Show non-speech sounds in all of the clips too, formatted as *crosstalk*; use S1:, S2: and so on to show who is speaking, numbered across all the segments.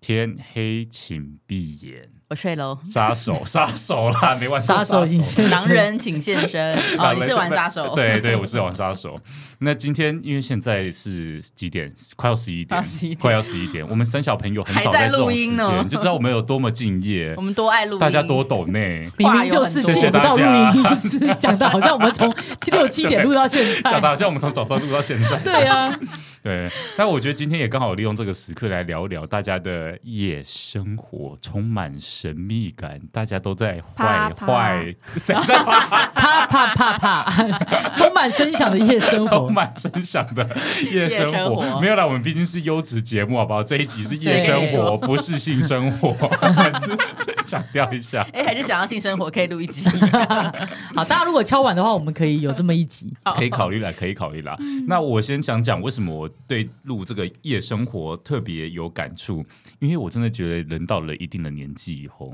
S1: 天黑请闭眼，
S2: 我睡喽。
S1: 杀
S3: *laughs*
S1: 手，杀手啦！没玩过
S4: 杀手隐
S1: *laughs*
S4: 现
S2: 狼人请现身哦，你是玩杀手，
S1: 对对，我是玩杀手。那今天因为现在是几点？快要十一点
S2: 快要11点，
S1: 快要十一点。我们三小朋友很少
S2: 还在
S1: 这种
S2: 录
S1: 时
S2: 音呢
S1: 间，你就知道我们有多么敬业
S2: 我。们多爱录音，
S1: 大家多抖内，
S4: 明明就是
S1: 谢
S4: 进
S1: 谢
S4: 不
S1: 大家
S4: 到录音室，讲的好像我们从七六七点录到现
S1: *laughs* 讲的
S4: 在。
S1: 好像我们从早上录到现在。
S4: 对啊，
S1: 对，但我觉得今天也刚好利用这个时刻来聊一聊大家的夜生活，充满神秘感，大家都在
S3: 啪
S1: 坏
S3: 啪
S1: 坏，谁在
S4: 啪啪啪啪，充满声响的夜生活
S1: 充。满声响的夜生
S2: 夜生
S1: 活？
S2: 活
S1: 没有啦，我们毕竟是优质节目，好不好？这一集是夜生
S2: 对没
S1: 活，不是性生活， *laughs* 还是再强调一下。
S2: 哎，还是想要性生活可以录一集，
S4: 好，大家如果敲碗的话，我们可以有这么一集。
S1: 可以考虑啦，可以考虑啦。那我先讲讲为什么我对录这个夜生活特别有感触，因为我真的觉得人到了一定的年纪以后，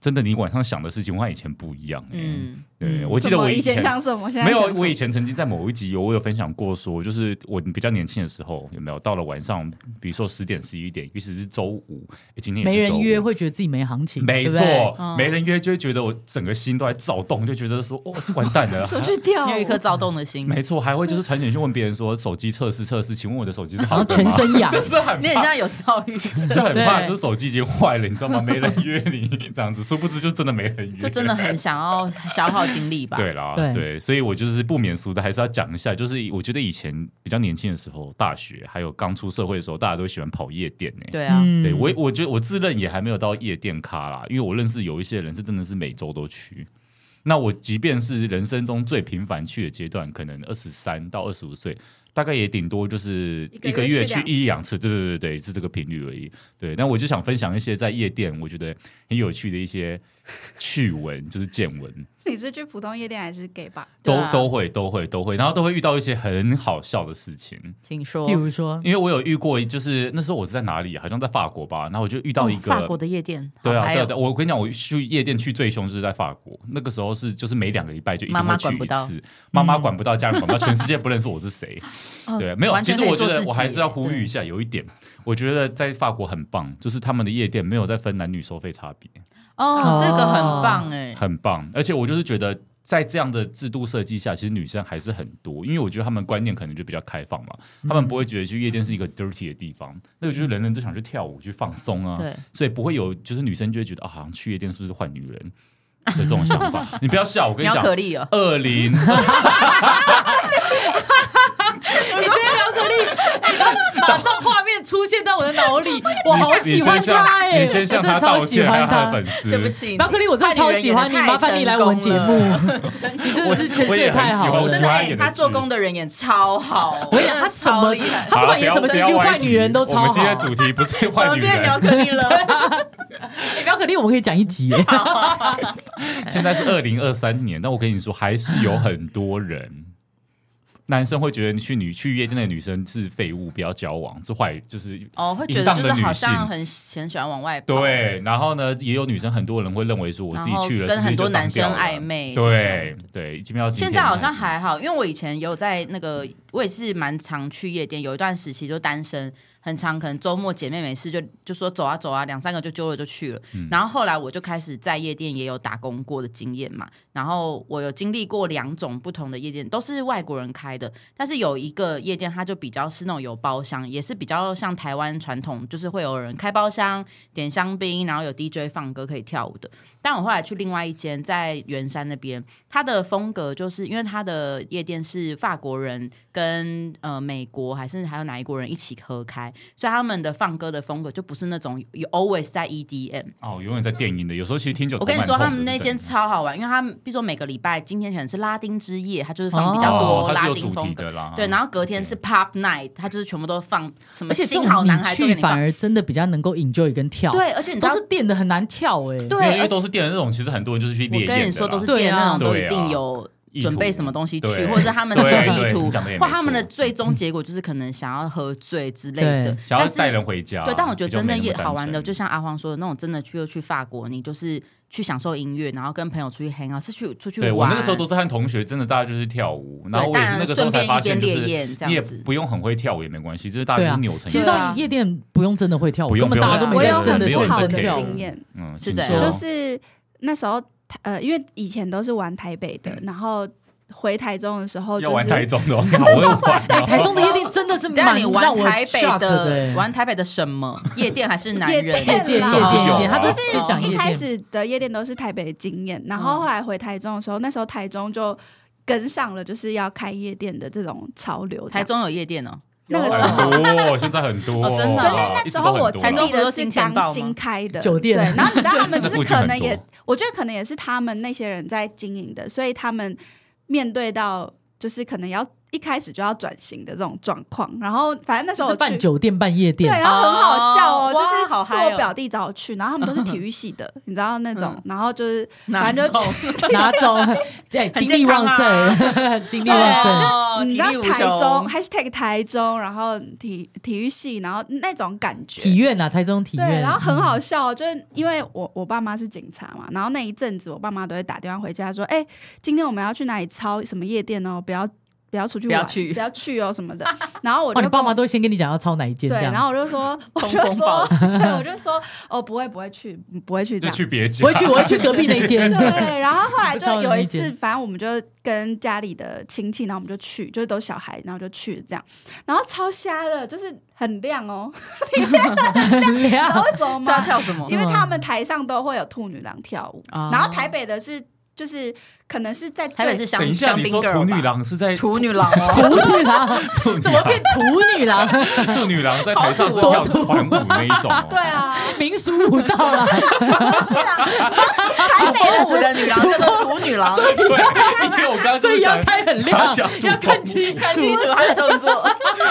S1: 真的你晚上想的事情和以前不一样、嗯，
S2: 嗯，
S1: 对，
S4: 嗯
S1: 我记得我
S3: 以
S1: 前
S3: 前想什么，现在
S1: 没有
S3: 想什，么
S1: 我以前曾经在某一集有我有分享过说，就是我比较年轻的时候，有没有到了晚上，比如说十点十一点，尤其是周五，诶今天也
S4: 没
S1: 是周
S4: 人
S1: 五
S4: 约会觉得自己没行情，
S1: 没
S4: 对不
S1: 错
S4: 对，
S1: 没人约就会觉得我整个心都在躁动，就觉得说哦，这完蛋了，
S3: 出去跳舞，
S2: 有一颗躁动的心，
S1: 没错，还会就是传简讯问别人说手机测试测试，请问我的手机是
S4: 然
S1: 好
S4: 后
S1: 的
S4: 全？
S1: 吗
S4: 身痒
S1: *laughs* 就，是很
S2: 你很
S1: 怕，
S2: 像有躁郁症，
S1: *laughs* 就很怕，
S4: 对
S1: 就是手机已经坏了，你知道吗？没人约你这样子，殊不知就真的没人约，
S2: 就真的很想要消耗精力吧？
S1: 对啦，
S4: 对
S1: 对，所以我就是不免俗的，还是要讲一下，就是我觉得以前比较年轻的时候，大学还有刚出社会的时候，大家都喜欢跑夜店呢、
S2: 对啊，
S4: 嗯
S1: 对我也，我觉得我自认也还没有到夜店咖啦，因为我认识有一些人是真的是每周都去。那我即便是人生中最频繁去的阶段，可能二十三到二十五岁，大概也顶多就是
S5: 一个
S1: 一个
S5: 月
S1: 月去
S5: 去两
S1: 一两次，对对对对，是这个频率而已。对，但我就想分享一些在夜店我觉得很有趣的一些趣闻，就是见闻。
S3: 你是去普通夜店还是 gay 吧？
S1: 都、
S2: 对啊
S1: 都会都会都会，然后都会遇到一些很好笑的事情。
S2: 请说
S4: 嗯比。如说
S1: 因为我有遇过，就是那时候我是在哪里、啊，好像在法国吧，然后我就遇到一
S2: 哦
S1: 个。
S2: 法国的夜店，
S1: 对啊，
S2: 哦还
S1: 对啊，
S2: 有
S1: 对啊我跟你讲，我去夜店去最凶就是在法国，那个时候是就是每两个礼拜就一定
S2: 妈妈
S1: 会去
S2: 管不
S1: 一
S2: 到嗯
S1: 次，妈妈管不到，家人管不到，全世界不认识我是谁。
S2: 哦
S1: 对，没有。
S2: 完
S1: 其实
S2: 全可以
S1: 我觉
S2: 做
S1: 得
S2: 自己
S1: 我还是要呼吁一下，有一点，我觉得在法国很棒，就是他们的夜店没有在分男女收费差别。
S2: 哦，这个很棒哎，
S1: 很棒，而且我就是觉得。在这样的制度设计下，其实女生还是很多，因为我觉得他们观念可能就比较开放嘛，他们不
S2: 嗯
S1: 会觉得去夜店是一个 dirty 的地方，那个就是人人都想去跳舞去放松啊，
S2: 对，
S1: 所以不会有就是女生就会觉得啊，好像去夜店是不是换女人的这种想
S4: *laughs*
S1: 法。你不要笑，我跟你
S2: 苗
S1: 讲，
S2: 可丽哦，
S1: 二零，
S4: 你这些苗可丽，哎马上画面出现在我的脑里，我好
S1: 你
S4: 喜
S1: 先
S4: 欢
S1: 向
S4: 他哎，
S1: 你
S4: 我真
S1: 先向
S4: 的
S1: 他
S4: 超
S1: 道
S4: 喜
S1: 歉，还有
S4: 欢
S1: 他
S4: 他
S1: 的。粉丝，
S2: 对不起，
S4: 苗可丽，我真的超喜欢你，麻烦你来我们节目，你真的是诠释也太好了
S1: 我也很喜欢我
S2: 真
S1: 喜
S2: 的
S1: 欢
S2: 哎
S1: 演，的
S2: 他做
S1: 剧
S2: 工的人也超好，
S4: 我跟你讲，他什
S2: 超
S4: 么
S2: 厉害，
S4: 他不管演什么戏
S1: 好
S4: 剧，
S1: 了不要
S4: 坏女人都
S1: 我
S4: 超
S1: 们
S4: 好
S1: 今。天的主题
S4: *laughs*
S1: 不是
S2: 怎
S1: 坏
S2: 么
S1: 女
S2: 变苗
S1: 人，
S2: 可
S1: *laughs*
S2: 丽了？
S4: 哎苗可丽，我们可以讲一集耶。
S1: 现在是二零二三年，但我跟你说，还是有很多人。男生会觉得你去女去夜店的女生是废物，不要交往，是坏，就是
S2: 哦，会
S1: 淫
S2: 觉得
S1: 荡
S2: 就
S1: 的
S2: 是
S1: 女
S2: 好
S1: 性。
S2: 像很很喜欢往外跑，
S1: 对，然后呢，也有女生，很多人会认为说，我自己去了，
S2: 然后跟很多
S1: 是不是就脏掉了
S2: 男生暧昧
S1: 对对，基本上今天
S2: 现在好像还好，因为我以前有在那个，我也是蛮常去夜店，有一段时期就单身，很常可能周末姐妹没事就就说走啊走啊，两三个就揪了就去了。然后后来我就开始在夜店也有打工过的经验嘛，然后我有经历过两种不同的夜店，都是外国人开的，但是有一个夜店它就比较是那种有包厢，也是比较像台湾传统，就是会有人开包厢点香槟，然后有 DJ 放歌可以跳舞的。但我后来去另外一间在圆山那边，它的风格就是因为它的夜店是法国人跟跟呃美国还是还有哪一国人一起合开，所以他们的放歌的风格就不是那种有 always 在 EDM。
S1: 哦，永远在电音的，有时候其实听久
S2: 我
S1: 头
S2: 跟
S1: 蛮痛
S2: 你
S1: 的。
S2: 说，他们
S1: 是
S2: 那
S1: 真
S2: 间
S1: 的
S2: 超好玩，因为他们比如说每个礼拜今天可能是拉丁之夜，他就是放比较
S1: 哦
S2: 多
S1: 它是
S2: 拉
S1: 有
S2: 丁
S1: 主
S2: 风
S1: 题
S2: 格。
S1: 的嗯啦。
S2: 对，然后隔天是 Pop Night，他就是全部都放什么
S4: 而且这
S2: 新
S4: 种
S2: 好男
S4: 你
S2: 孩都给
S4: 去
S2: 你
S4: 反
S2: 放，
S4: 而真的比较能够 enjoy 跟跳，，
S2: 对，而且你知
S4: 都
S2: 道
S4: 是电的很难跳哎、
S1: 因为因
S2: 对，
S1: 为
S2: 而
S1: 都
S2: 且
S1: 是电的那种，其实很多人就是去猎
S2: 我
S1: 艳的啦。
S2: 跟你说，都是
S4: 对
S2: 店
S4: 啊
S2: 那种都
S1: 对
S2: 一定
S1: 啊
S2: 有
S1: 意图
S2: 准备什么东西去，
S1: 对
S2: 或者他们是
S1: 对
S2: 有
S1: 对
S2: 意图
S1: 你讲得也，
S2: 或
S1: 没
S2: 他们的
S1: 错
S2: 最终结果就是可能想要喝醉之类的
S4: 对。
S1: 想要
S2: 但
S1: 带
S2: 是
S1: 人回家。
S2: 对，但我觉得
S1: 比较
S2: 真的
S1: 没那么
S2: 也
S1: 单
S2: 好玩的，
S1: 纯
S2: 就像阿荒说的那种，真的去又去法国，你就是去享受音乐，然后跟朋友出去 hang out，是去出去
S1: 对
S2: 玩。
S1: 我那个时候都是和同学，真的大家就是跳舞，然后
S2: 对
S1: 我也是
S2: 当然
S1: 那个时候才发现，就
S2: 顺便一边烈
S1: 是
S2: 焰这
S1: 你也
S2: 样子。
S1: 不用很会跳舞也没关系，就是大家
S4: 对
S1: 就
S4: 啊
S1: 是扭成一
S4: 其实
S1: 个。
S4: 到夜店不用真的会跳舞，
S1: 不用
S4: 根本大家都
S1: 不
S4: 没
S3: 我
S1: 用
S4: 在
S3: 有
S4: 真
S3: 很
S4: 的
S1: 没有
S3: 不
S1: 人
S3: 好
S4: 认
S3: 的
S4: 真
S1: 在
S4: 跳
S1: care
S4: 舞
S3: 经。验，
S1: 嗯，
S2: 是
S1: 请
S2: 这样
S1: 说
S3: 就是那时候呃，因为以前都是玩台北的，然后回台中的时候
S1: 要
S3: 就
S1: 玩台
S3: 是
S1: 中的哦，你好会玩
S2: *laughs*
S1: 哦。
S4: 台中的夜店真的是
S2: 等下
S4: 蛮
S2: 你
S4: 让
S2: 玩
S4: 我
S2: 台北
S4: shock 的欸，
S2: 玩台北的什么 *laughs* 夜店还是男
S3: 夜
S2: 人？
S4: 夜
S3: 店
S4: 店
S3: 啦
S4: 夜店
S1: 有啊
S4: 夜店，他
S1: 就
S4: 就是
S3: 是
S4: 就讲
S3: 一
S4: 夜
S3: 开
S4: 店，
S3: 始的夜店嗯都是台北的经验，然后后来回台中的时候，那时候台中就跟上了，就是要开夜店的这种潮流。
S2: 台中有夜店哦，
S3: 那个时候。
S1: 很多，现在很多，
S2: 哦真的
S3: 对，
S2: 啊
S3: 那那
S1: 一直
S3: 时
S1: 都
S3: 候
S1: 很
S3: 我
S1: 多
S3: 记
S1: 啦
S2: 台中不
S3: 得
S2: 都
S3: 是
S2: 金钱豹
S3: 刚
S2: 吗
S3: 新开的
S4: 酒店
S3: 对，然后你知道他们就
S1: 那附
S3: 是
S1: 近
S3: 可
S1: 很
S3: 能也
S1: 多，
S3: 我觉得可能也是他们那些人在经营的，所以他们面对到就是可能要一开始就要转型的这种状况。然后反正那时
S4: 就
S3: 候
S4: 是
S3: 我
S4: 办
S3: 去。
S4: 酒店办夜
S3: 对，
S4: 店，
S3: 然后很好笑
S2: 哦
S3: 哦，
S2: 哇好
S3: 就是是
S2: 嗨哦
S3: 我表弟找我去，然后他们都是体育系的，你知道那种
S2: 嗯，
S3: *laughs* 然后就是
S2: 哪
S3: 反正就
S2: 种
S4: 拿走， *laughs* 哎，精力旺盛， *laughs* 精力旺盛，
S2: 哦
S3: *laughs* 你知道
S2: 体力无
S3: 台
S2: 穷
S3: 中 #hashtag 台中，然后体体育系，然后那种感觉，
S4: 体院呐，啊台中体
S3: 对，
S4: 院，
S3: 然后很
S4: 嗯
S3: 好笑，就是因为我我爸妈是警察嘛，然后那一阵子我爸妈都会打电话回家说，哎、今天我们要去哪里抄什么夜店哦，不要不要出去
S2: 不要
S3: 玩，
S2: 去
S3: 哦什么的。然后我就
S4: 哦，
S3: 跟
S4: 你
S3: 我、
S4: 爸妈都会先跟你讲要抄哪一间
S3: 对，
S4: 这
S3: 然
S4: 样，
S3: 后我
S2: *laughs*
S3: 就说，我
S2: 通
S3: 就
S2: 风报
S3: 说，对，我就说，哦，不会不会去，不会去这
S1: 就
S3: 样。
S1: 去别家，
S4: 我会去我会去隔壁那间，
S3: *laughs* 对，然后后来
S4: 不知道
S3: 就有一
S4: 理
S3: 次，反正我们就跟家里的亲戚，然后我们就去，就是都小孩，然后就去这样，然后超瞎的，就是很亮哦， *laughs*
S4: 很 *laughs*
S3: 你知道
S4: 亮，
S3: 为什
S2: *laughs*
S3: 么
S2: 是要
S3: 吗？
S2: 跳什么？
S4: 嗯
S3: 因为他们台上都会有兔女郎跳舞，
S2: 哦
S3: 然后台北的是就是可能是在最
S2: 台北是香
S1: 等一下，
S2: 香
S1: 你
S2: 槟
S1: 说
S2: girl
S1: 土女
S2: 吧
S1: 郎是在
S2: 土女郎
S4: 土
S2: 哦，
S4: 女郎
S1: *laughs* 土
S4: 怎么变土女郎？
S1: 土女郎在台上是跳团舞那一种
S2: *laughs*
S1: 哦？
S3: 对啊，
S4: *laughs* 民俗舞蹈啦，
S3: 台北的
S2: 土
S3: 是
S2: 的女郎叫做土女郎，
S1: 对，因为我刚刚就
S4: 所
S1: 啊是
S4: 以要
S1: 想
S4: 开很
S1: 想
S4: 亮
S1: 要讲，土
S4: 要看清
S2: 看清
S4: 楚。
S2: 楚她的动作，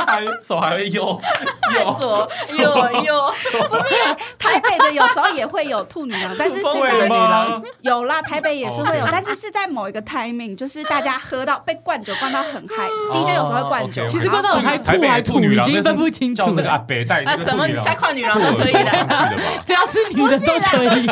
S1: 还手还会
S2: *laughs*
S1: 右右。
S2: 左右右，
S3: 不是因为台北的有时候也会有兔女郎，但是是
S1: 风味
S3: 在
S1: 吗
S3: 有啦，台北也是会有
S1: 哦，
S3: 但是是在某一个 timing，就是大家喝到被灌酒灌到很嗨，DJ 有时候会灌酒，
S1: 哦 OK，OK
S4: 其实灌到很嗨，
S1: 台
S4: 吐
S1: 北
S4: 还
S1: 的
S4: 吐，
S1: 兔女
S4: 已
S1: 郎
S4: 经分不清楚
S1: 叫那个阿
S4: 了。
S1: 北带
S2: 啊
S1: 那个
S2: 什
S1: 兔
S2: 么
S1: 女
S2: 下
S1: 郎，
S2: 跨女
S1: 兔
S2: 郎
S1: 耳
S2: 都
S1: 朵
S2: 可以
S1: 上去
S2: 的，
S1: 的
S2: *laughs*
S1: 吧？
S4: 只要是女的都可以，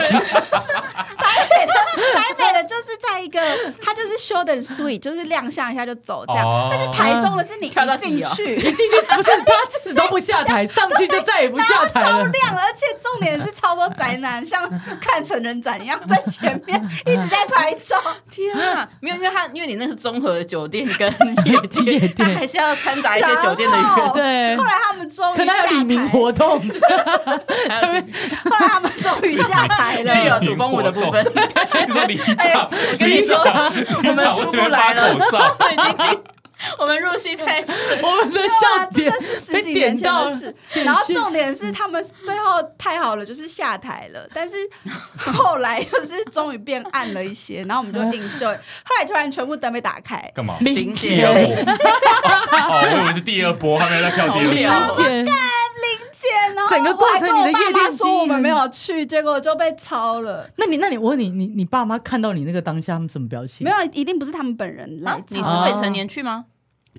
S3: 台北的就是在一个，它就是 short and sweet，就是亮相一下就走这样。
S1: 哦
S3: 但是台中的
S1: *laughs*
S3: 是你
S2: 跳到
S3: 一
S2: 底
S3: 进
S1: 啊
S2: 哦
S3: 去，
S4: 一进去不是他死都不下台，上去就再也不下台
S3: 超 *laughs*
S4: 了。
S3: 亮，而且重点是超多宅男，像看成人展一样在前面 *laughs* 一直在拍照。
S2: 天啊，没有，因为他因为你那是综合酒店跟夜
S4: 夜
S2: 店，
S4: 店
S2: 他还是要掺杂一
S3: 一
S2: 些酒店的元素。
S4: 对
S3: 后来他们终于
S4: 可能
S3: 下
S4: 还有李明
S3: 台，
S4: 活动，
S2: 还有
S3: 后来他们终于下台
S2: 又有
S3: 了。
S2: 土风舞的部分，
S1: 你说李长，
S2: 哎我跟你说我们出不来了
S1: 口罩，
S2: 已经进我们入戏太
S4: 我们的
S3: 对啊
S4: *laughs* 笑
S3: 这
S4: 点
S3: 个是十
S4: 被
S3: 几
S4: 点
S3: 年前
S4: 到
S3: 的
S4: 了
S3: 事，然后重点是他们最后太好了，就是下台了。但是后来就是终于变暗了一些，然后我们就 enjoy。后来突然全部灯被打开，
S1: 干嘛？
S4: 林
S1: 第
S2: 姐
S1: 二
S4: 姐，
S1: 波，哦，我以为是第二波，他们在跳第
S2: 好无聊
S1: 二
S4: 林
S1: 波。
S4: 姐，
S3: 姐，然后
S4: 整个过程
S3: 我还
S4: 你的
S3: 跟我爸
S4: 夜店
S3: 妈
S4: 经营
S3: 说我们没有去，结果就被抄了。
S4: 那你那你我问你，你你爸妈看到你那个当下他们什么表情？
S3: 没有，一定不是他们本人来
S2: 啊
S3: 抄，！
S2: 你是未成年去吗？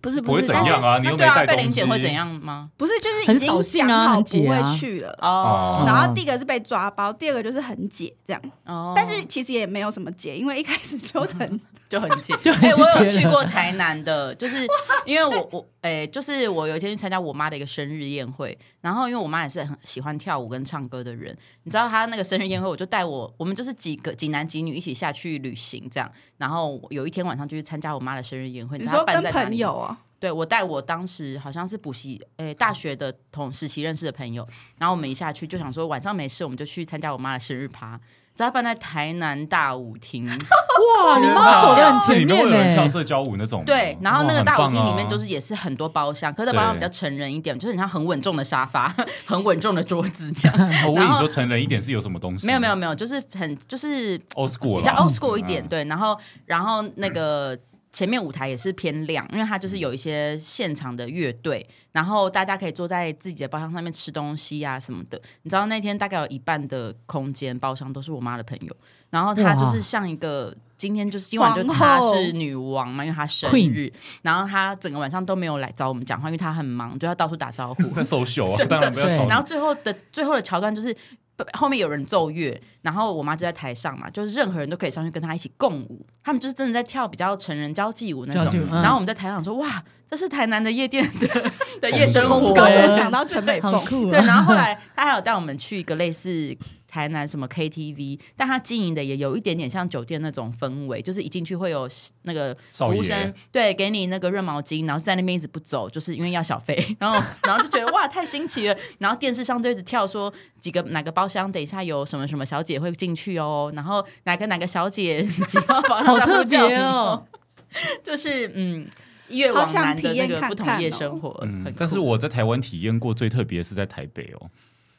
S3: 不是
S1: 不
S3: 不
S1: 会
S3: 是，
S1: 怎
S3: 但是
S1: 样啊？你
S2: 那
S1: 又
S2: 对
S1: 没
S2: 啊，
S1: 带
S2: 被
S1: 东
S2: 林
S1: 西，
S2: 姐会怎样吗？
S3: 不是就是
S4: 很
S3: 已
S4: 扫
S3: 经
S4: 兴
S3: 讲
S4: 啊
S3: 好
S4: 很
S3: 不
S4: 解啊嗯
S3: 会去了。
S1: 哦
S3: 然后第一个是被抓包，第二个就是很解这样，
S2: 哦
S3: 但是其实也没有什么解，因为一开始就
S5: *laughs*
S3: 很
S2: 就很
S3: *laughs*
S2: 近。
S4: 就很
S2: 哎、我有
S3: 啊
S4: 近
S2: 去过台南的，就是因为我我哎、就是我有一天去参加我妈的一个生日宴会，然后因为我妈也是很喜欢跳舞跟唱歌的人，你知道她那个生日宴会，我就带我我们就是几个几男几女一起下去旅行这样，然后有一天晚上就去参加我妈的生日宴会，
S3: 你
S2: 知道她
S3: 说
S2: 办
S3: 跟
S2: 在哪
S3: 朋
S2: 里
S3: 友
S2: 吗？
S3: 哦，
S2: 对我带我当时好像是补习，诶，大学的同实习认识的朋友，然后我们一下去就想说晚上没事，我们就去参加我妈的生日趴。只要办在台南大舞厅，
S5: 哇，你妈走的很前
S1: 里面会有
S4: 欸
S1: 人
S5: 面
S1: 跳
S5: 呢。
S1: 社交舞那种吗，
S2: 欸对，然后那个
S1: 哇
S2: 大舞厅里面
S1: 很
S2: 就。
S1: 棒啊
S2: 是也是很多包厢，可是那包厢比较成人一点，就是你像很稳重的沙发， *laughs* 很稳重的桌子这样。
S1: 哦我跟
S2: 然
S1: 你
S2: 后
S1: 说，成人一 *laughs* 点是有什么东西？
S2: 没有没有没有，就是很就是
S1: ，old school
S2: 比较
S1: 啦 *laughs*
S2: old school 一点，
S1: 嗯
S2: 对。然后然后那个前面舞台也是偏亮，因为它就是有一些现场的乐队，然后大家可以坐在自己的包厢上面吃东西啊什么的。你知道那天大概有一半的空间包厢都是我妈的朋友，然后她就是像一个。今天就是今晚就她是女王嘛，因为她生日，然后她整个晚上都没有来找我们讲话，因为她很忙，就要到处打招呼。
S1: 在 social 啊，
S2: 真的
S1: 当然不要
S5: 对
S1: 找
S2: 然后最后的最后的桥段就是呃后面有人奏乐，然后我妈就在台上嘛，就是任何人都可以上去跟她一起共舞，他们就是真的在跳比较成人交际舞那
S5: 交
S2: 种。
S5: 际舞嗯
S2: 然后我们在台上说：“哇，这是台南的夜店的的夜生活。”
S5: 对
S3: 高中想到陈美
S5: 好
S3: 凤，
S5: 酷
S2: *laughs*
S4: 哦
S2: 对，
S5: 啊！
S2: 然后后来他还有带我们去一个类似台南什么 KTV，但他经营的也有一点点像酒店那种氛围，就是一进去会有那个服
S1: 少爷
S2: 务生对给你那个热毛巾，然后在那边一直不走，就是因为要小费，然后然后就觉得哇太新奇了，然后电视上就一直跳说几个哪个包厢等一下有什么什么小姐会进去哦，然后哪个哪个小姐几号包厢
S5: *laughs* 好
S2: 在
S5: 特
S2: 呼叫
S5: 别哦
S2: 你，就是嗯。越往南的那个不同夜生活，很
S1: 嗯
S2: 酷，
S1: 但是我在台湾体验过最特别的是在台北哦，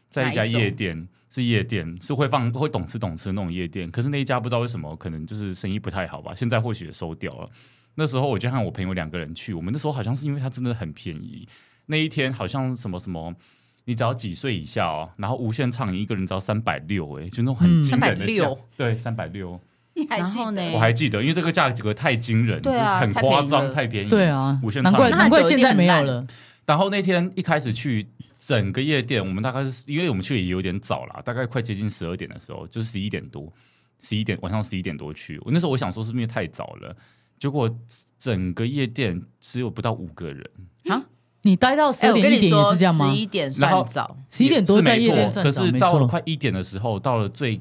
S1: 在一家
S2: 哪一种
S1: 夜店，是夜店，是会放会懂吃懂吃的那种夜店。可是那一家不知道为什么，可能就是生意不太好吧，现在或许也收掉了。那时候我就和我朋友两个人去，我们那时候好像是因为它真的很便宜，那一天好像什么什么。你只要几岁以下哦，然后无限畅饮，一个人只要三百六，哎，就那种很
S5: 嗯
S1: 惊人的价，
S2: 360
S1: 对，三百六，
S3: 你还记
S2: 然后
S3: 得？
S2: 呢
S1: 我还记得，因为这个价格太惊人，
S2: 对
S1: 就是
S2: 啊
S1: 很
S2: 太
S1: 夸
S2: 便宜
S1: 张，
S2: 了
S1: 太便宜，
S5: 对啊
S1: 嗯无限，畅
S5: 难
S1: 饮
S5: 怪
S2: 那
S5: 难怪
S2: 酒
S5: 现
S2: 店
S5: 在没有
S2: 很烂
S5: 了，
S1: 然后那天一开始去整个夜店，我们大概是因为我们去也有点早啦，大概快接近十二点的时候，就是十一点多，十一点晚上十一点多去。我那时候我想说是不是因为太早了，结果整个夜店只有不到五个人，
S5: 你待到十
S2: 哎，
S5: 二
S2: 我
S5: 点
S2: 跟
S5: 一
S2: 你
S5: 点也
S2: 说，
S5: 是这样吗
S2: 十？一点
S1: 然后
S2: 算早，
S5: 十一点多
S1: 也是
S5: 在
S1: 没
S5: 夜
S1: 错
S5: 店算
S1: 可
S5: 早，
S1: 是
S5: 没
S1: 到了
S5: 错
S1: 快一点的时候，到了最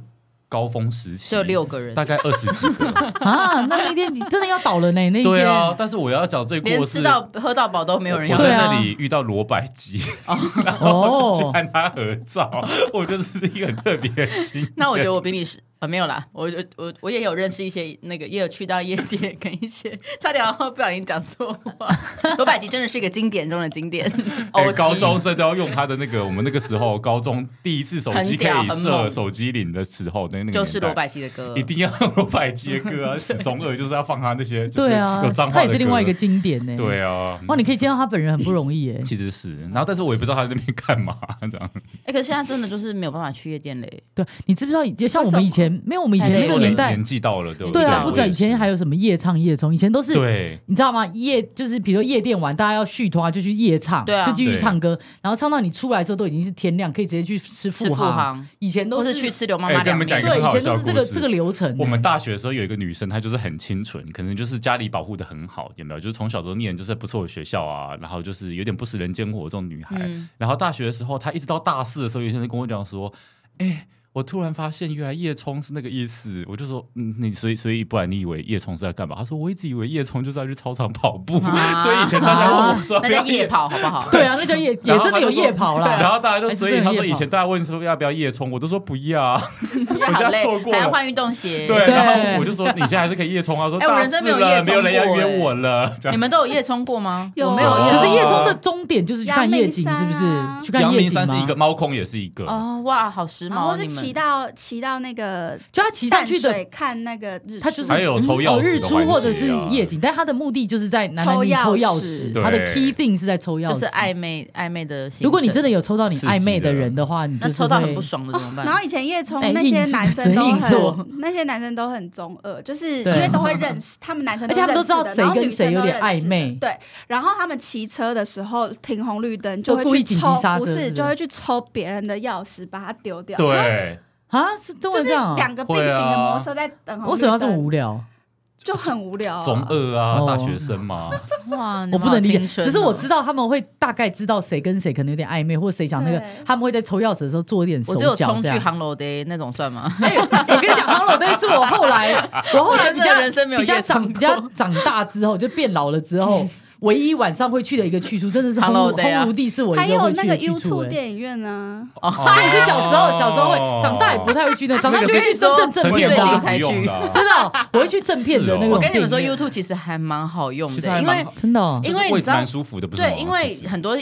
S1: 高峰时期，
S2: 只有六个人，
S1: 大概二十
S2: *laughs*
S1: 几个。
S5: 啊，那那天你真的要倒了呢，
S1: *laughs*
S5: 那一
S1: 对
S5: 间
S1: 啊，但是我要讲最过
S2: 连
S1: 是
S2: 吃到喝到饱都没有人要
S1: 我
S5: 对
S1: 在
S5: 啊
S1: 那里遇到罗百吉，然后我就
S2: 哦
S5: 哦
S1: 去和他合照，我觉得这是一个很特别的经验。
S2: *laughs* 那我觉得我比你是啊，没有啦，我我我我也有认识一些那个，也有去到夜店 *laughs* 跟一些，差点不小心讲错话。罗百吉真的是一个经典中的经典，
S1: *laughs* 哎、
S5: 哦
S2: OG
S1: 高中生都要用他的那个，我们那个时候高中第一次手机
S2: 很
S1: 可
S2: 屌
S1: 以
S2: 很
S1: 设
S2: 猛
S1: 手机铃的时候，那那个
S2: 就是
S1: 年代
S2: 罗百吉的歌
S1: 一。定要 *laughs* 用罗百吉的歌啊，死中二就是要放他那些就是
S5: 对啊
S1: 有脏，话
S5: 他
S1: 的歌，
S5: 也是另外一个经典呢。
S1: 对啊，嗯
S5: 哇，你可以见到他本人很不容易耶。
S1: 其实是，然后但是我也不知道他在那边干嘛这样。
S2: 哎，可是现在真的就是没有办法去夜店嘞，
S5: 对，你知不知道以前像我们以前没有我们以前
S2: 还是
S5: 那个
S1: 说
S5: 年
S1: 年
S5: 代
S1: 年，纪到了，对不
S5: 对啊，
S2: 对
S5: 不知道
S1: 我也
S5: 以前
S1: 是
S5: 还有什么夜唱夜冲，以前都是
S1: 对，
S5: 你知道吗？夜就是比如说夜店玩，大家要续团就去夜唱，
S2: 对啊
S5: 就继续唱歌，然后唱到你出来的时候都已经是天亮，可以直接去吃
S2: 是
S5: 富
S2: 富
S5: 航。
S2: 航，
S5: 以前
S2: 或
S5: 都
S2: 是去吃刘妈
S1: 哎
S2: 妈
S1: 跟
S2: 凉
S1: 你们讲一
S2: 面。
S1: 个很
S5: 对，以
S1: 好
S5: 前
S1: 笑的
S5: 都是这
S1: 故
S5: 个
S1: 事
S5: 这个流程。
S1: 我们大学的时候有一个女生，她就是很清纯，可能就是家里保护的很好，有没有？就是从小时候念就是不错的学校啊，然后就是有点不食人间火这种女孩。
S5: 嗯
S1: 然后大学的时候，她一直到大四的时候，有些人跟我讲说：“哎、我突然发现原来夜冲是那个意思。”我就说：“嗯，你所以所以不然你以为夜冲是在干嘛？”她说：“我一直以为夜冲就是要去操场跑步，
S2: 啊
S1: 所以以前大家问我说、
S2: 那
S1: 不
S2: 叫
S1: 要
S2: 夜。”跑好不
S1: *laughs*
S2: 好？
S5: 对啊，那叫夜也
S1: 然后
S5: 真
S1: 她
S5: 的
S1: 就
S5: 有
S1: 说
S5: 夜跑
S1: 然
S5: 啦。
S1: 后大家就
S5: 哎
S1: 所
S5: 真
S1: 以
S5: 的
S1: 他
S5: 有
S1: 说
S5: 夜
S1: 以前
S5: 跑
S1: 大家问说要不要夜冲，我都说不要
S5: *laughs*
S1: 啊，
S2: 好
S1: 我现在
S2: 累
S1: 错，过
S2: 还
S1: 了
S2: 要换运动鞋。
S1: 对，
S5: 对
S1: 然后我就说你现在还是可以夜冲啊，说
S2: 哎我
S1: 大
S2: 人生
S1: 四
S2: 没有
S1: 了
S2: 夜冲
S1: 没有人要
S2: 过
S1: 约
S2: 哎
S1: 我了，这
S2: 你
S1: 样
S2: 们都有夜冲过吗？
S3: 有
S2: 我没有
S1: 啊
S2: 夜
S5: 可是
S2: 冲
S5: 夜冲的终点就是去看夜景，
S3: 哦阳
S5: 是不
S3: 明山啊
S5: 是？去看
S1: 阳
S5: 夜
S1: 明
S5: 景吗
S1: 山是一个，猫空也是一个，
S2: 哦，哇，好时
S3: 然
S2: 髦！
S3: 后啊是
S2: 你
S3: 骑
S2: 们
S3: 到骑到那个
S5: 就他骑上
S3: 淡
S5: 去的
S3: 水看那个日出，
S5: 他就是
S1: 还有抽
S5: 嗯
S1: 钥匙
S5: 哦日
S1: 的
S5: 出
S1: 环
S5: 或者
S1: 节
S5: 是
S1: 啊
S5: 夜景，但他的目的就是在男男
S3: 抽
S5: 女
S3: 钥
S5: 抽钥
S3: 匙
S5: 匙，他的
S1: 对
S5: key thing 是在抽钥匙，
S2: 就是暧昧暧昧的行程。
S5: 如果你真的有抽到你
S1: 刺
S5: 暧
S1: 激
S5: 昧的
S1: 的
S5: 人的话，你就
S2: 那
S5: 是
S2: 抽到很
S5: 会
S2: 不爽的怎么办？
S3: 然后以前叶冲
S5: 哎
S3: 那
S5: 硬
S3: 些
S5: 是
S3: 男生都
S5: *laughs* 硬做
S3: 很，那些男生都很中二，就是因
S5: 对
S3: 为都会认识，他们男生
S5: 而且他们都
S3: 认
S5: 知道
S3: 识的
S5: 谁
S3: 然后
S5: 跟
S3: 女生
S5: 谁有
S3: 都
S5: 点
S3: 认识
S5: 暧昧
S3: 的对，然后他们骑车的时候停红绿灯就
S5: 就故意
S3: 会去
S5: 紧急
S3: 抽
S5: 刹，车
S3: 不
S5: 是不
S3: 是
S5: 是
S3: 就会去抽别人的钥匙把它丢掉，，
S1: 对，
S5: 啊，是都
S3: 就
S5: 会
S3: 是
S5: 这样啊。
S3: 两个并行的摩托车在等红绿灯，
S5: 为什么要这么无聊？
S3: 就很无聊啊，
S1: 中二啊，
S5: 哦
S1: 大学生嘛，
S2: 哇，
S3: 嗯
S5: 我不能理解，只是
S3: 哦
S5: 我知
S2: 道，
S5: 道他们会大概知道谁跟谁可能有点暧昧，或者谁想那个
S3: 对，
S5: 他们会在抽钥匙的时候做一点手
S2: 我只有
S5: 脚
S2: 冲
S5: 这
S2: 去
S5: 样。
S2: 航楼的那种算
S5: *laughs*
S2: 吗？
S5: 哎，我跟你讲，航楼灯是我后来，我后来比
S2: 我真
S5: 较
S2: 的人生没有
S5: 比较
S2: 夜唱
S5: 长
S2: 过
S5: 比较长大之后，就变老了之后，唯一晚上会去的一个去处，真的是
S2: Hello
S5: 烘炉
S2: Day 啊
S5: 烘炉地是我
S3: 还
S5: 一个
S3: 有
S5: 会
S3: 那
S5: 去
S3: 个
S5: 的去
S3: U
S5: 处、
S3: Two
S5: 欸。
S3: 电影院呢、
S1: 哦
S5: 他也是小时候，小时候
S2: 哦
S5: 会，长大也不太会去那，长大就会去正正正
S1: 成
S5: 片
S1: 年
S2: 我
S5: 的
S1: 就
S2: 最近才
S5: 啊，
S1: 不用
S2: 去
S1: 了
S5: *laughs*
S1: 啊
S5: 真的哦，我会去正片的那
S1: 是哦
S5: 种
S2: 我跟你们说
S5: 电影院
S2: ，YouTube 其实还蛮好用
S1: 其实
S2: 的，
S1: 还
S2: 因
S1: 蛮
S2: 为
S1: 好
S5: 真的哦，
S1: 就是
S2: 因为
S1: 会
S2: 你知道
S1: 蛮舒服的，不是吗
S2: 对，因为
S1: 其实
S2: 很多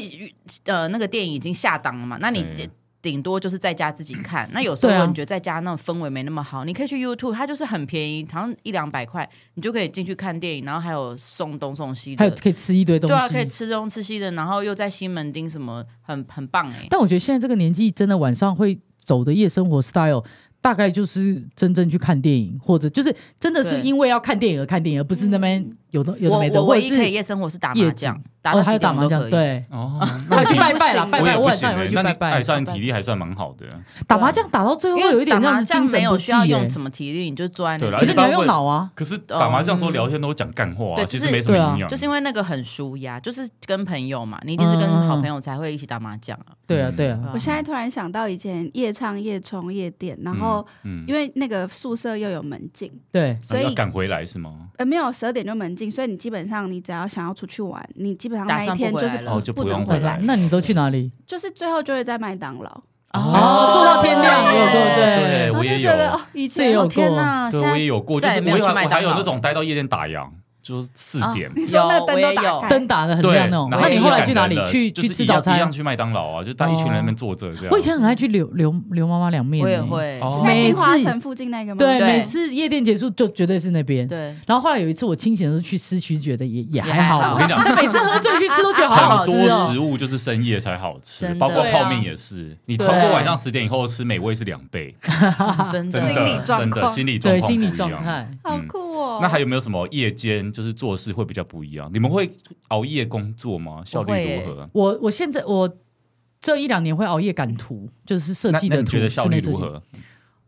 S2: 呃那个电影已经下档了嘛，那
S1: 对
S2: 你顶多就是在家自己看。那有时
S5: 对啊
S2: 候你觉得在家那种氛围没那么好，你可以去 YouTube，它就是很便宜，好像一两百块，你就可以进去看电影，然后还有送东送西
S5: 还有
S2: 的，
S5: 可以吃一堆东
S2: 对
S5: 西，
S2: 啊，可以吃东吃西的，然后又在西门町什么，很很棒哎、
S5: 但我觉得现在这个年纪，真的晚上会走的夜生活 style，大概就是真正去看电影，或者就是真的是
S2: 对
S5: 因为要看电影而看电影，而不是那边有的有的
S2: 我
S5: 没的，
S2: 我
S5: 或
S2: 唯
S5: 者
S2: 一
S5: 是
S2: 可以夜生活是打麻
S5: 夜
S2: 将
S5: 景，
S2: 打
S5: 哦
S2: 到
S5: 还有
S2: 几
S5: 打
S2: 点我
S5: 麻
S2: 都
S5: 将，
S2: 可以。
S5: 对，
S1: 哦，
S5: 还
S1: 那
S5: 有去
S1: 你
S5: 拜拜啦，
S2: 我
S1: *laughs*
S5: 拜
S1: 我
S5: 拜，
S1: 也
S5: 我
S1: 不
S5: 晚
S1: 行
S5: 上也
S1: 欸
S5: 会去
S1: 那
S5: 拜
S1: 你
S5: 拜
S1: 爱。上体力还算蛮好的，
S5: 打麻将打到最后
S2: 啊因
S5: 会
S2: 为
S5: 有一点
S2: 打
S5: 这样
S2: 麻
S5: 子
S2: 将
S5: 精
S2: 没
S5: 神
S2: 有
S5: 不
S2: 需
S5: 济
S2: 要
S5: 欸，
S2: 用什么体力，你就坐在
S1: 对啦
S2: 那
S5: 可
S2: 里
S5: 是
S1: 而且
S5: 你
S1: 大
S5: 要
S1: 部
S5: 用
S1: 分
S5: 脑啊，
S1: 可是打麻将的时候聊天都讲干话啊，
S2: 哦对
S1: 其
S2: 就是
S1: 实没什么营养，
S2: 就是因为那个很舒压，就是跟朋友嘛，你一定是跟
S5: 嗯
S2: 好朋友才会一起打麻将啊。
S5: 对啊
S1: 嗯
S5: 对啊，
S3: 我现在突然想到以前夜唱、夜冲、夜店，然
S1: 嗯
S3: 后
S1: 嗯
S3: 因为那个宿舍又有门禁，
S5: 对，
S3: 所
S1: 要
S3: 以
S1: 赶回来是吗？
S3: 呃没有十二点就门禁，所以你基本上你只要想要出去玩，你基本上
S2: 打
S3: 那一
S2: 算不
S3: 天
S2: 回
S3: 就
S2: 来
S3: 是
S2: 了
S1: 哦就不
S3: 不
S1: 用
S3: 能
S1: 回
S3: 回
S1: 来
S3: 来，
S5: 那你都去哪里？
S3: 就是最后就会在麦当劳。
S2: 啊
S5: 哦，做到天亮了，对不
S1: 对，
S5: 对？
S1: 我
S3: 我
S1: 也
S3: 就
S1: 有
S3: 觉，得哦，以
S5: 这也
S3: 前
S5: 有
S3: 我
S5: 过
S2: 天
S5: 啊
S2: 哪，
S1: 对
S2: 现
S1: 我
S2: 在 *laughs*
S1: 也有过，就是
S2: 再也
S1: 我
S2: 没有
S1: 有
S2: 去麦
S1: 我
S2: 当劳
S1: 还有那种待到夜店打烊，就是四点。
S3: 你说那
S2: 有
S3: 灯
S2: 我也
S3: 都
S2: 有
S3: 打开，
S5: 灯打哦的很
S1: 对，
S5: 亮那种。
S1: 然
S5: 那
S1: 后
S5: 你
S1: 就
S5: 后来
S1: 赶
S5: 去哪
S1: 人
S5: 里？
S1: 了
S5: 去
S1: 就
S5: 去
S1: 是
S5: 吃
S1: 一样
S5: 早
S1: 一样啊
S5: 餐？
S1: 去麦当劳啊，就大一群人在那边坐着这样。
S5: 我以前很爱去刘刘刘妈妈凉面，欸
S2: 我也。会，
S1: 哦
S3: 是在金华
S5: 每次
S3: 城附近那个吗？
S5: 对，
S2: 对
S5: 每次夜店结束就绝对是那边。 *laughs*
S2: 对，
S5: 然后后来有一次我清醒的时候去市区，觉得也也
S2: 也
S5: 还
S2: 还
S5: 好
S2: 好
S5: *laughs*
S1: 我。跟你讲，
S5: 但每次喝醉去吃都觉得好好
S1: 很
S5: 吃
S1: 多
S5: 哦
S1: 食。物就是深夜才好吃，
S2: 真的
S1: 包括
S5: 对啊
S1: 泡面也是。你超过晚上十点以后吃，美味是两倍，
S2: 嗯真的
S1: 真的
S3: 心理状
S1: 真的
S3: 况
S1: 心理状
S5: 对，
S1: 况
S5: 心理
S1: 不一
S5: 状
S1: 样
S5: 态。
S3: 好
S1: 嗯
S3: 酷哦。？
S1: 那还有没有什么夜间就是做事会比较不一样？你们会熬夜工作吗？效
S2: 我会
S1: 率
S2: 耶
S1: 如何？
S5: 我我现在我这一两年会熬夜赶图，就是设
S1: 那
S5: 计
S1: 那
S5: 的
S1: 你
S5: 图，
S1: 觉得效
S5: 室
S1: 率
S5: 内设
S1: 如
S5: 计。
S1: 何？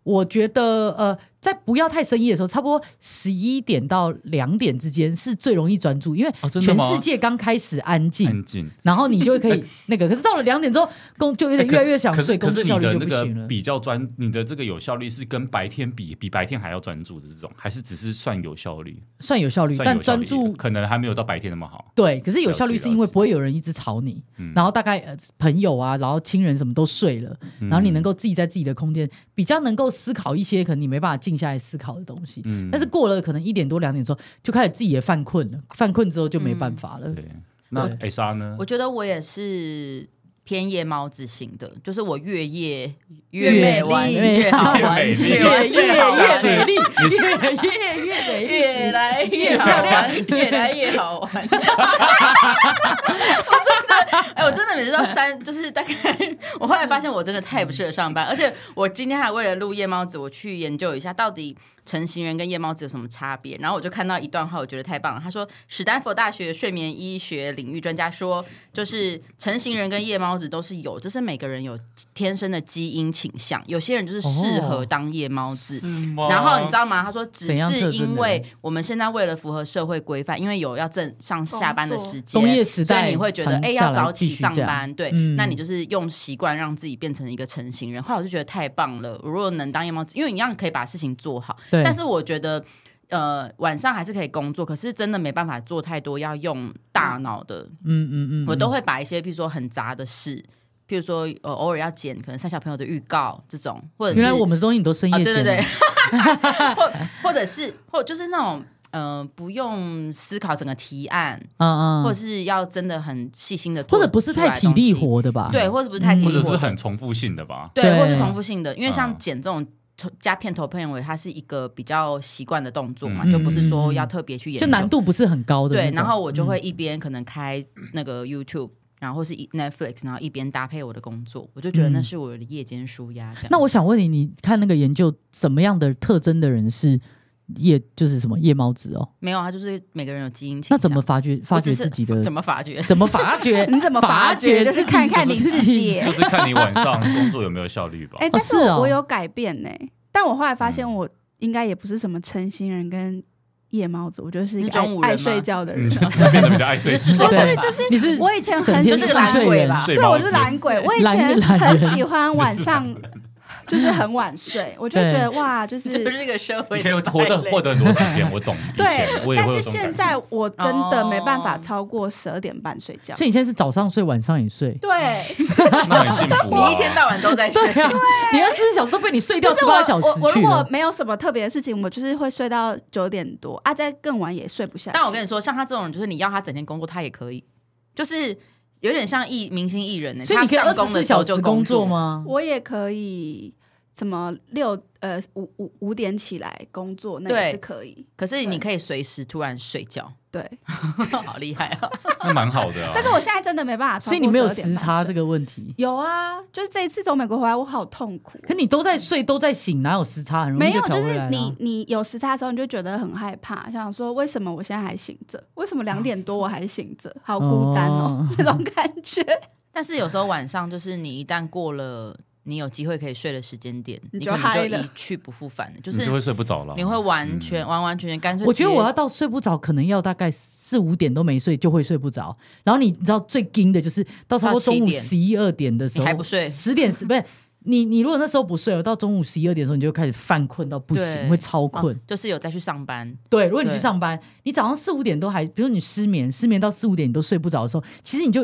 S5: 我觉得呃，在不要太深夜的时候，差不多十一点到两点之间是最容易专注，因为
S1: 哦真的
S5: 全
S1: 吗哎
S5: 世界刚开始安静，
S1: 安静。
S5: 然后你就可以那个。可是到了两点之后，工就有
S1: 哎
S5: 点
S1: 可
S5: 越来
S1: 是
S5: 越想
S1: 可是
S5: 睡，
S1: 可
S5: 工
S1: 是
S5: 作
S1: 你
S5: 效率
S1: 的
S5: 就
S1: 那
S5: 不
S1: 个
S5: 行了。
S1: 比较专，你的这个有效率是跟白天比，比白天还要专注的这种，还是只是算有效率？
S5: 算有效率，
S1: 算
S5: 但
S1: 有效
S5: 专
S1: 率
S5: 注
S1: 可能还没有到白天那么好。
S5: 对，可是有效
S1: 了
S5: 率
S1: 解
S5: 是因为
S1: 了解
S5: 不会有人一直吵你，
S1: 嗯
S5: 然后大概、呃、朋友啊，然后亲人什么都睡了，
S1: 嗯
S5: 然后你能够自己在自己的空间比较能够思考一些可能你没办法静下来思考的东西。
S1: 嗯
S5: 但是过了可能一点多两点之后，就开始自己也犯困了，犯困之后就没办法了。
S2: 嗯
S1: 对，那 S R 呢
S2: 我？觉得我也是偏夜猫子型的，就是我越夜
S5: 越
S2: 美玩
S5: 美
S2: 越好
S1: 越
S2: 玩，
S1: 美丽
S5: 越
S2: 玩
S5: 越
S2: 越好
S5: 越
S2: 玩，
S5: 美丽，越越越美丽，
S2: 越来越好玩， *laughs* 越来越好玩。我真 *laughs* 的，哎，我真的每次到三，就是大概，我后来发现我真的太不适合上班，而且我今天还为了录夜猫子，我去研究一下到底成型人跟夜猫子有什么差别。然后我就看到一段话，我觉得太棒了。他说，史丹佛大学睡眠医学领域专家说，就是成型人跟夜猫子都是有，这是每个人有天生的基因倾向，有些人就是适合当夜猫子，
S5: 哦
S1: 吗
S2: 然后你知道吗？他说，只
S5: 怎样特
S2: 是
S5: 征
S2: 因
S5: 的
S2: 为
S5: 人
S2: 我们现在为了符合社会规范，因为有要正上下班的时间，
S5: 工业时代
S2: 所以你会觉得
S5: 传
S2: 哎、
S5: 下
S2: 要
S5: 来
S2: 早
S5: 必
S2: 起
S5: 须
S2: 上
S5: 这样
S2: 班，对，
S5: 嗯
S2: 那你就是用习惯让自己变成一个成型人。后来我就觉得太棒了，如果能当夜猫子，因为你一样可以把事情做好，
S5: 对
S2: 但是我觉得。呃，晚上还是可以工作，可是真的没办法做太多要用大脑的
S5: 嗯嗯嗯，
S2: 我都会把一些，譬如说很杂的事，譬如说呃偶尔要剪可能三小朋友的预告这种，或者是
S5: 原来我们的东西你都深夜
S2: 啊，
S5: 剪
S2: 对
S5: 了，
S2: 对对，
S5: *laughs*
S2: 或或者是或就是那种呃不用思考整个提案，
S5: 嗯嗯，
S2: 或者是要真的很细心的，
S5: 或者不是太体力，活的吧？
S2: 对，或者不是太体
S1: 嗯或
S2: 力
S1: 者是
S2: 活，
S1: 很重复性的
S2: *laughs*
S1: 吧？
S2: 对，
S5: 对
S2: 或是重复性的，因为像
S1: 嗯
S2: 剪这种。加片头片尾，它是一个比较习惯的动作嘛，
S1: 嗯
S2: 就不是说要特别去研究，
S5: 就难度不是很高的那
S2: 对
S5: 种。，
S2: 然后我就会一边可能开那个 YouTube，然后或是一 Netflix，然后一边搭配我的工作，我就觉得那
S5: 嗯
S2: 是我的夜间舒压。这样
S5: 那我想问你，你看那个研究，什么样的特征的人是夜，就是什么夜猫子哦？
S2: 没有，它就是每个人有基因倾向。
S5: 那怎么发掘发
S2: 我只
S5: 掘
S2: 是
S5: 自己的？
S2: 怎么发掘？ *laughs*
S5: 怎么发掘
S3: *laughs* 你怎么发
S5: 掘
S3: 觉？
S5: 自
S3: 就
S5: 己？
S3: 是看看你
S5: 自
S3: 自己。
S1: 就是看你晚上工作有没有效率吧
S3: 哎、。但是
S5: 是
S3: 我,、
S5: 哦
S3: 我有改变呢、但我后来发现
S1: 嗯
S3: 我应该也不是什么成型人跟夜猫子，我就是一
S2: 你
S3: 个
S2: 是
S3: 爱
S2: 中午人
S3: 爱
S2: 吗
S3: 睡觉的
S1: 嗯，
S3: 人。
S1: 就是变得比较爱睡
S2: 是
S1: 觉
S3: 不
S2: 睡
S5: 对
S3: 是，就是
S5: 你是
S3: 我以前
S5: 整
S3: 很
S5: 天
S3: 喜
S2: 是
S5: 睡
S3: 欢，
S2: 懒
S5: 人
S2: 鬼吧
S1: 睡
S3: 对
S1: 猫
S3: 我
S1: 子
S3: 就是懒鬼，我以
S5: 懒
S3: 前
S5: 懒人
S3: 很喜欢晚上就是很晚睡，我就会觉得哇，就是
S2: 就是这个社会
S1: 你
S2: 的
S1: 可以
S2: 败
S1: 获
S2: 类，
S1: 得获得很多时间，我懂。以前我
S3: 对，
S1: 也
S3: 但
S1: 会有这种
S3: 是现
S1: 感觉
S3: 在我真的没办法超过十二点半睡觉。
S5: 哦所以你现在是早上睡，晚上也睡。
S3: 对，
S1: 那很幸福
S2: *laughs*
S1: 啊。
S2: *laughs* 你一天到晚都
S5: *laughs*
S2: 在睡
S5: 对，啊，你二十四小时都被你睡掉
S3: 就是
S5: 十
S3: 我
S5: 八小
S3: 我我
S5: 时
S3: 如
S5: 去
S3: 果
S5: 了。
S3: 没有什么特别的事情，我就是会睡到九点多啊，再更晚也睡不下去。
S2: 但我跟你说，像他这种人，就是你要他整天工作，他也可以，就是有点像艺明星艺人呢、
S5: 所以你可以
S2: 他上
S5: 二十
S2: 工
S5: 四
S2: 的时候
S5: 小
S2: 就
S5: 时工作
S2: 作？
S5: 吗？
S3: 我也可以什么六呃五五五点起来工作，那
S2: 对
S3: 也是可以。
S2: 可是你可以随时突然睡觉， *laughs*
S3: 对，
S2: 好厉害啊！
S1: 那蛮好的啊。
S3: 但是我现在真的没办法超过
S5: 所以你没有
S3: 12点
S5: 时
S3: 半
S5: 差这
S3: 睡
S5: 个问题，
S3: 有啊，就是这一次从美国回来，我好痛苦。
S5: 可你都在睡，都在醒，哪有时差？很容易
S3: 没
S5: 就
S3: 有，
S5: 调
S3: 就
S5: 回
S3: 是
S5: 来啊
S3: 你
S5: 了。
S3: 你有时差的时候，你就觉得很害怕，想说为什么我现在还醒着？为什么两点多我还醒着？好孤单哦，
S5: 哦
S3: *laughs* 那种感觉。
S2: 但是有时候晚上，就是你一旦过了你有机会可以睡的时间点，
S3: 你
S2: 你
S3: 就
S2: 可能
S3: 嗨
S2: 就
S3: 了
S2: 一去不复返了，就
S1: 就是就会睡嗯不着了。
S2: 你会完全、完完全全干脆直接。
S5: 我觉得我要到睡不着，可能要大概四五点都没睡就会睡不着。然后你知道最惊的就是到差不
S2: 到
S5: 多
S2: 七
S5: 中午
S2: 点
S5: 十一二点的时候
S2: 你还不睡
S5: 十点十不是你你如果那时候不睡，到中午十一二点的时候你就开始犯困到不行，
S2: 对
S5: 会超困。
S2: 哦就是有再去上班，
S5: 对，如果你去
S2: 对
S5: 上班，你早上四五点都还，比如你失眠，失眠到四五点你都睡不着的时候，其实你就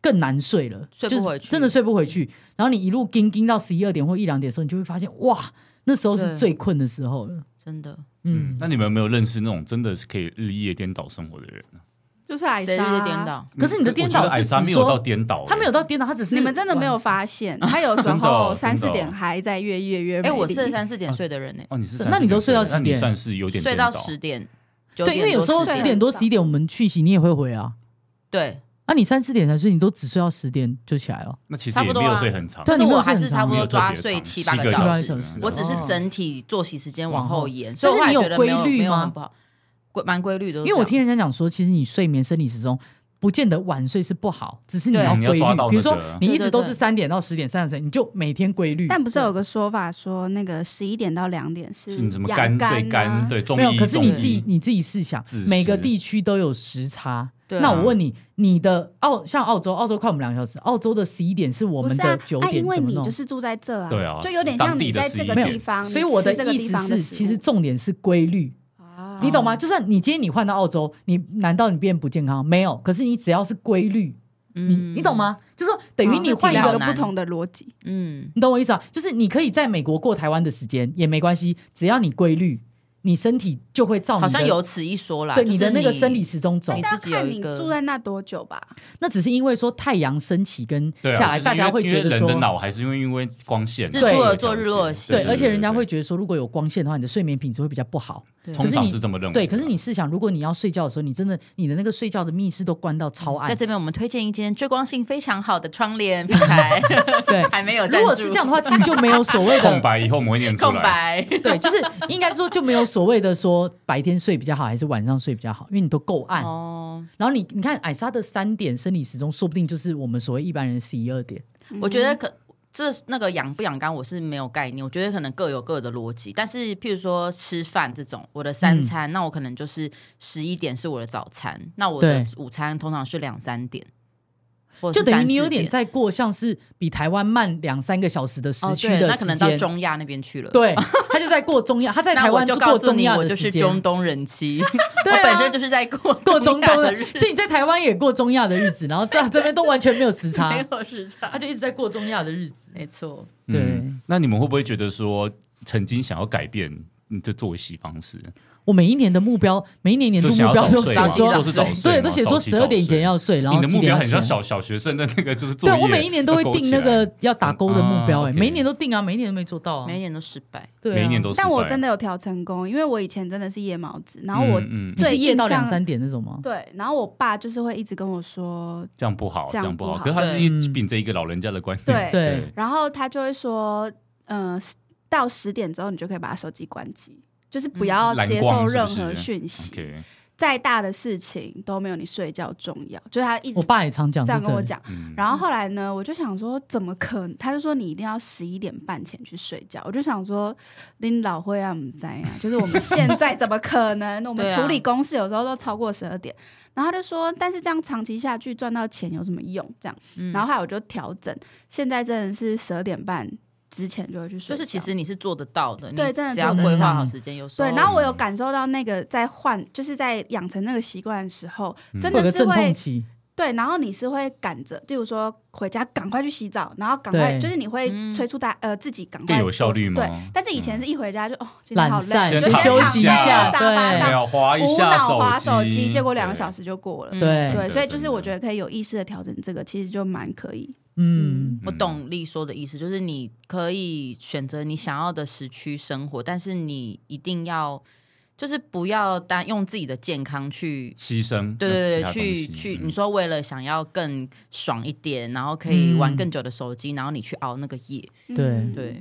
S5: 更难睡了，
S2: 睡
S5: 就是
S2: 不回去
S5: 真的睡不回去。然后你一路盯盯到十一二点或一两点的时候，你就会发现，哇，那时候是
S2: 对
S5: 最困的时候了。
S2: 真的
S1: 嗯
S5: 嗯，
S1: 那你们有没有认识那种真的是可以日夜颠倒生活的人？
S3: 就是艾
S2: 谁
S3: 莎
S2: 日
S3: 啊
S2: 夜颠，倒？
S5: 可是你的
S1: 我
S5: 颠
S1: 觉得
S5: 倒是
S1: 艾莎
S5: 指
S1: 没有
S5: 说
S1: 到颠倒，欸
S5: 他没有到颠倒，他只是
S3: 你们真
S1: 嗯
S3: 的没有发现，她有时
S1: 真的哦
S3: 候三
S1: 真的
S3: 四
S1: 哦
S3: 点还在跃跃跃。
S2: 哎、我是三四点睡的人呢、
S1: 哦，你是
S5: 对
S1: 30
S5: 那你都睡到
S1: 点
S5: 几
S1: 那
S5: 点
S1: 你算是有点
S2: 睡
S1: 颠
S2: 到
S1: 倒
S2: 十点。九
S5: 对，因为有时候
S3: 10
S5: 十
S2: 点
S5: 点
S2: 多
S5: 多十一点我们去洗，你也会回啊。
S2: 对，
S5: 那、你三四点才睡，你都只睡到十点就起来了。
S1: 那其实
S2: 差
S1: 也
S2: 不多
S1: 没有
S2: 啊
S1: 睡很长，
S5: 对
S2: 但是
S5: 你没有
S2: 我
S5: 睡
S2: 还
S5: 很
S2: 是
S5: 长
S2: 差不
S1: 没
S2: 多
S1: 有特
S2: 抓
S1: 别
S2: 睡
S1: 长
S2: 七
S1: 七
S2: 八
S1: 个
S2: 个
S5: 小
S2: 小
S5: 时
S2: 时
S5: 嗯，
S2: 我只是
S5: 哦
S2: 整体作息时间
S5: 往
S2: 往
S5: 后
S2: 后延，所以我
S5: 但
S2: 还
S5: 是你有
S2: 觉得没有
S5: 规律
S2: 没有
S5: 吗
S2: 很不好，规蛮规律的。
S5: 因为我听人家讲说，其实你睡眠生理时钟不见得晚睡是不好，只是你
S2: 对
S5: 要
S1: 你要
S5: 规律。
S1: 抓到
S5: 比
S1: 那
S5: 如说
S1: 个
S5: 你一直都
S2: 对
S5: 是
S2: 对对
S5: 三点到十点三点睡，你就每天规律。
S3: 但不是有个说法说，那个十一点到两点是
S1: 是你怎么
S3: 养
S1: 肝
S3: 肝
S1: 对
S3: 啊
S1: 肝对中
S5: 没有，
S1: 医，
S5: 可是你
S1: 中
S5: 自己
S1: 医
S5: 你自己试想
S1: 自，
S5: 每个
S1: 食
S5: 地区都有时差。
S2: 对啊
S5: 那我问你，你的澳像澳洲，澳洲快我们两个小时，澳洲的十一点是我
S3: 不
S5: 们
S3: 是
S5: 的
S3: 啊，
S5: 九
S3: 啊，
S5: 点，
S3: 因为
S5: 怎么
S3: 你
S5: 弄
S3: 就？是住在这啊，
S1: 对啊
S3: 就有点
S1: 当
S3: 像
S1: 地
S3: 你
S1: 的
S3: 在
S1: 11
S3: 这个
S1: 点
S3: 地方，
S5: 所以我的
S3: 你吃这个
S5: 意
S3: 地
S5: 思
S3: 方的
S5: 是，
S3: 食物
S5: 其实重点是规律，
S3: 啊
S5: 你懂吗？就算你今天你换到澳洲，你难道你变不健康？没有，可是你只要是规律，你你懂？吗？嗯就说等于
S3: 好
S5: 你
S3: 哦这
S5: 换一
S3: 两
S5: 个
S3: 个不同的逻辑，
S2: 嗯，
S5: 你懂我意思啊？就是你可以在美国过台湾的时间也没关系，只要你规律，你身体就会照你的
S2: 好像有此一说啦。
S5: 对
S2: 就是
S5: 你哎
S2: 你
S5: 的那个生理，时钟走
S3: 但是。
S2: 你
S3: 要
S2: 自己有
S3: 看
S2: 一
S3: 你
S2: 个
S3: 住在那多久吧。
S5: 那只是因为说太阳升起跟
S1: 对啊
S5: 下来，
S1: 就是
S5: 大
S1: 因为
S5: 家会
S1: 因
S5: 觉
S1: 为
S5: 得
S1: 人的
S5: 说。
S1: 脑还是因为因为光线
S2: 日
S5: 出
S1: 对
S2: 而作日落而息
S5: 对，而且人家
S1: 对
S5: 会觉得说，如果有光线的话，你的睡眠品质会比较不好。
S2: 对
S1: 通
S5: 可是
S1: 常
S5: 你
S1: 是这么认为的
S5: 对，
S1: 啊。
S5: 可是你试想，如果你要睡觉的时候，你真的你的那个睡觉的密室都关到超暗
S2: 在，这边我们推荐一间遮光性非常好的窗帘品牌，
S5: *laughs* 对。
S2: 还没有赞助。
S5: 如果是这样的话，其实就没有所谓
S1: 空
S5: 的，
S1: 白以后我们会念出来，
S2: 空白，
S5: *laughs* 对，就是应该说就没有所谓的说白天睡比较好还是晚上睡比较好，因为你都够暗。
S2: 哦，
S5: 然后你你看艾莎的三点生理时钟，说不定就是我们所谓一般人十一二点。
S2: 我觉得
S5: 嗯
S2: 可这那个养不养肝我是没有概念，我觉得可能各有各的逻辑。但是譬如说吃饭这种，我的
S5: 嗯
S2: 三餐，那我可能就是十一点是我的早餐，那我的
S5: 对
S2: 午餐通常是两三点，或者
S5: 就是等于
S2: 三
S5: 你有
S2: 四
S5: 点在过像是比台湾慢两三个小时的时
S2: 哦，
S5: 区
S2: 对
S5: 的
S2: 那
S5: 时
S2: 可
S5: 间，
S2: 能到中亚那边去了。
S5: 对，他就在过中亚，他
S2: *laughs*
S5: 在
S2: 那
S5: 台
S2: 我
S5: 湾
S2: 就告
S5: 过
S2: 诉
S5: 中
S2: 你，
S5: 亚
S2: 我
S5: 的
S2: 就
S5: 时
S2: 是
S5: 间，
S2: 中东人
S5: *laughs*
S2: 妻，
S5: 对啊
S2: 我本身就是在过
S5: *laughs* 过中
S2: 亚
S5: 东
S2: 的
S5: 的
S2: 日，子，
S5: 所以你在台湾也过中亚的日子，然后在这边都完全没有时差
S2: *laughs* *laughs* 没，有
S5: *laughs*
S2: 时差
S5: 他，就一直在过中亚的日子。
S2: 没错。
S5: 对
S1: 嗯那你们会不会觉得说，曾经想要改变你的作息方式，
S5: 我每一年的目标，每一年年度
S1: 就想
S5: 目
S1: 要
S5: 标
S1: 早
S5: 都
S1: 睡
S5: 写
S1: 嘛，
S2: 说
S1: 都
S5: 说，
S1: 是早睡
S5: 对，
S1: 嘛，
S5: 都写说
S1: 早起
S5: 十二点以前
S1: 早
S5: 要睡，然
S1: 睡。
S5: 后
S1: 你的
S5: 几
S1: 目
S5: 点
S1: 标
S5: 要
S1: 很
S5: 起
S1: 像
S5: 来。
S1: 小小学生的那个，就是作
S5: 对
S1: 业。
S5: 我每一年都会
S1: 勾
S5: 定
S1: 起
S5: 那
S1: 来
S5: 个要打勾的目标，
S1: 嗯啊
S5: 哎，
S1: ，OK
S5: 每一年都定啊，每一年都没做到啊
S2: 每一，年都失败，
S5: 对啊，
S1: 每一年都失败。
S3: 但我真的有调成功，因为我以前真的是夜猫子，然后我
S1: 嗯嗯
S5: 你
S3: 最
S5: 是夜到
S3: 印象
S5: 两三点那种吗？
S3: 对，然后我爸就是会一直跟我说，
S1: 这样不好，
S3: 这
S1: 这
S3: 样
S1: 样不
S3: 不
S1: 好。
S3: 好
S1: 可是他是
S5: 对
S1: 一秉着一个老人家的观念，
S3: 对
S5: 嗯对，
S3: 然后他就会说，呃，到十点之后你就可以把手机关机，就是不要
S1: 蓝
S3: 接受
S1: 光是
S3: 任
S1: 不是
S3: 何讯息，
S1: OK，
S3: 再大的事情都没有你睡觉重要。就是他一直
S5: 我爸也常讲
S3: 这样跟我
S5: 里，
S3: 讲。
S1: 嗯，
S3: 然后后来呢，我就想说，怎么可能？他就说你一定要十一点半前去睡觉。我就想说，林老会啊，我们在啊，就是我们现在怎么可能？我们
S2: *laughs* 对啊
S3: 处理公事有时候都超过十二点。然后他就说，但是这样长期下去赚到钱有什么用？这样。
S2: 嗯
S3: 然后后来我就调整，现在真的是十二点半之前就会去
S2: 就
S3: 睡觉，
S2: 是其实你是做得到的，
S3: 对
S2: 你
S3: 真的
S2: 只要
S3: 做得
S2: 规划
S5: 到
S2: 好时间，有时候
S3: 对。然后我有感受到那个在换，就是在养成那个习惯的时候，
S2: 嗯
S3: 真
S5: 会有
S3: 的
S5: 个
S3: 是
S5: 阵
S3: 会
S5: 痛期，
S3: 对，然后你是会赶着，例如说回家赶快去洗澡，然后赶快
S5: 对
S3: 就是你会
S2: 嗯
S3: 催促大、呃自己赶快
S1: 更有效率吗嗯
S3: 做事对，但是以前是一回家就、哦今天
S5: 懒
S3: 好
S5: 散
S3: 累，就
S1: 先躺
S3: 躺
S1: 一
S3: 在
S1: 下
S3: 那个沙发
S5: 对
S1: 没
S3: 上
S1: 有划一
S3: 无
S1: 下
S3: 脑划手
S1: 机，
S3: 机，结果两个小
S1: 时。
S3: 时就过了。
S2: 嗯
S5: 对，
S1: 真
S3: 对，
S1: 的
S3: 所以就是
S1: 真的
S3: 我觉得可以有意识的调整这个，其实就蛮可以。
S5: 嗯，
S2: 我懂丽说的意思，就是你可以选择你想要的时区生活，但是你一定要就是不要单用自己的健康去。
S1: 牺牲，
S2: 对对对，去去，
S1: 嗯
S2: 你说为了想要更爽一点，然后可以玩
S5: 嗯
S2: 更久的手机，然后你去熬那个夜，
S3: 嗯
S5: 对
S2: 对，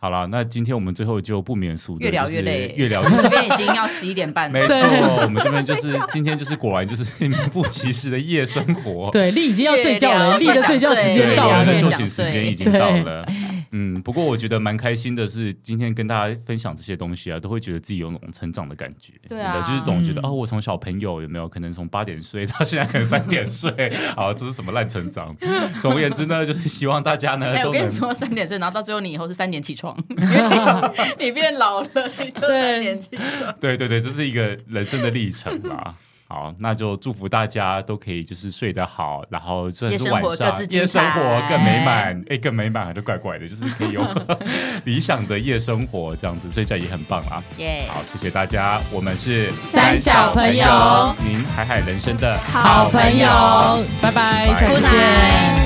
S1: 好了，那今天我们最后就不免俗的，
S2: 越聊
S1: 嗯就是
S2: 越累
S1: 越聊
S2: 我们
S1: 越 *laughs*
S2: 这边已经要十一点半
S1: 没
S2: 了，
S1: 错
S5: 对，
S1: 我们
S3: *laughs*
S1: 这边就是今天就是果然就是 *laughs* 名副其实的夜生活。
S5: 对，丽已经要睡觉了，
S2: 越
S5: 丽
S2: 聊
S5: 的睡觉时
S1: 对，
S5: 间到
S1: 我
S5: 了
S1: 们
S2: 越
S1: 的就
S2: 聊越
S5: 呢。
S1: 寝时间已经
S5: 对
S1: 到了。嗯，不过我觉得蛮开心的是，今天跟大家分享这些东西啊，都会觉得自己有种成长的感觉。
S2: 对啊
S1: 就是总觉得、
S5: 嗯
S1: 哦，我从小朋友有没有可能从八点睡 *laughs* 到现在可能三点睡， *laughs* 好，这是什么烂成长？总而言之呢，就是希望大家呢
S2: 哎，
S1: 都
S2: 我跟
S1: 能
S2: 你说三点睡，然后到最后你以后是三点起床， *laughs* 因为你你变老了，你就三点起床。
S1: 对对对，这是一个人生的历程啦。好，那就祝福大家都可以就是睡得好，然后虽然是晚
S2: 夜生活各
S1: 上
S2: 自精
S1: 夜生活
S2: 彩
S1: 更美满，哎，更美满就怪怪的，就是可以有 *laughs* 理想的夜生活这样子，睡觉也很棒啊。
S2: 耶
S1: 好，谢谢大家，我们是
S5: 三小朋友
S1: 您海海人生的
S5: 好朋友，拜拜，下次
S3: Good night
S5: 见。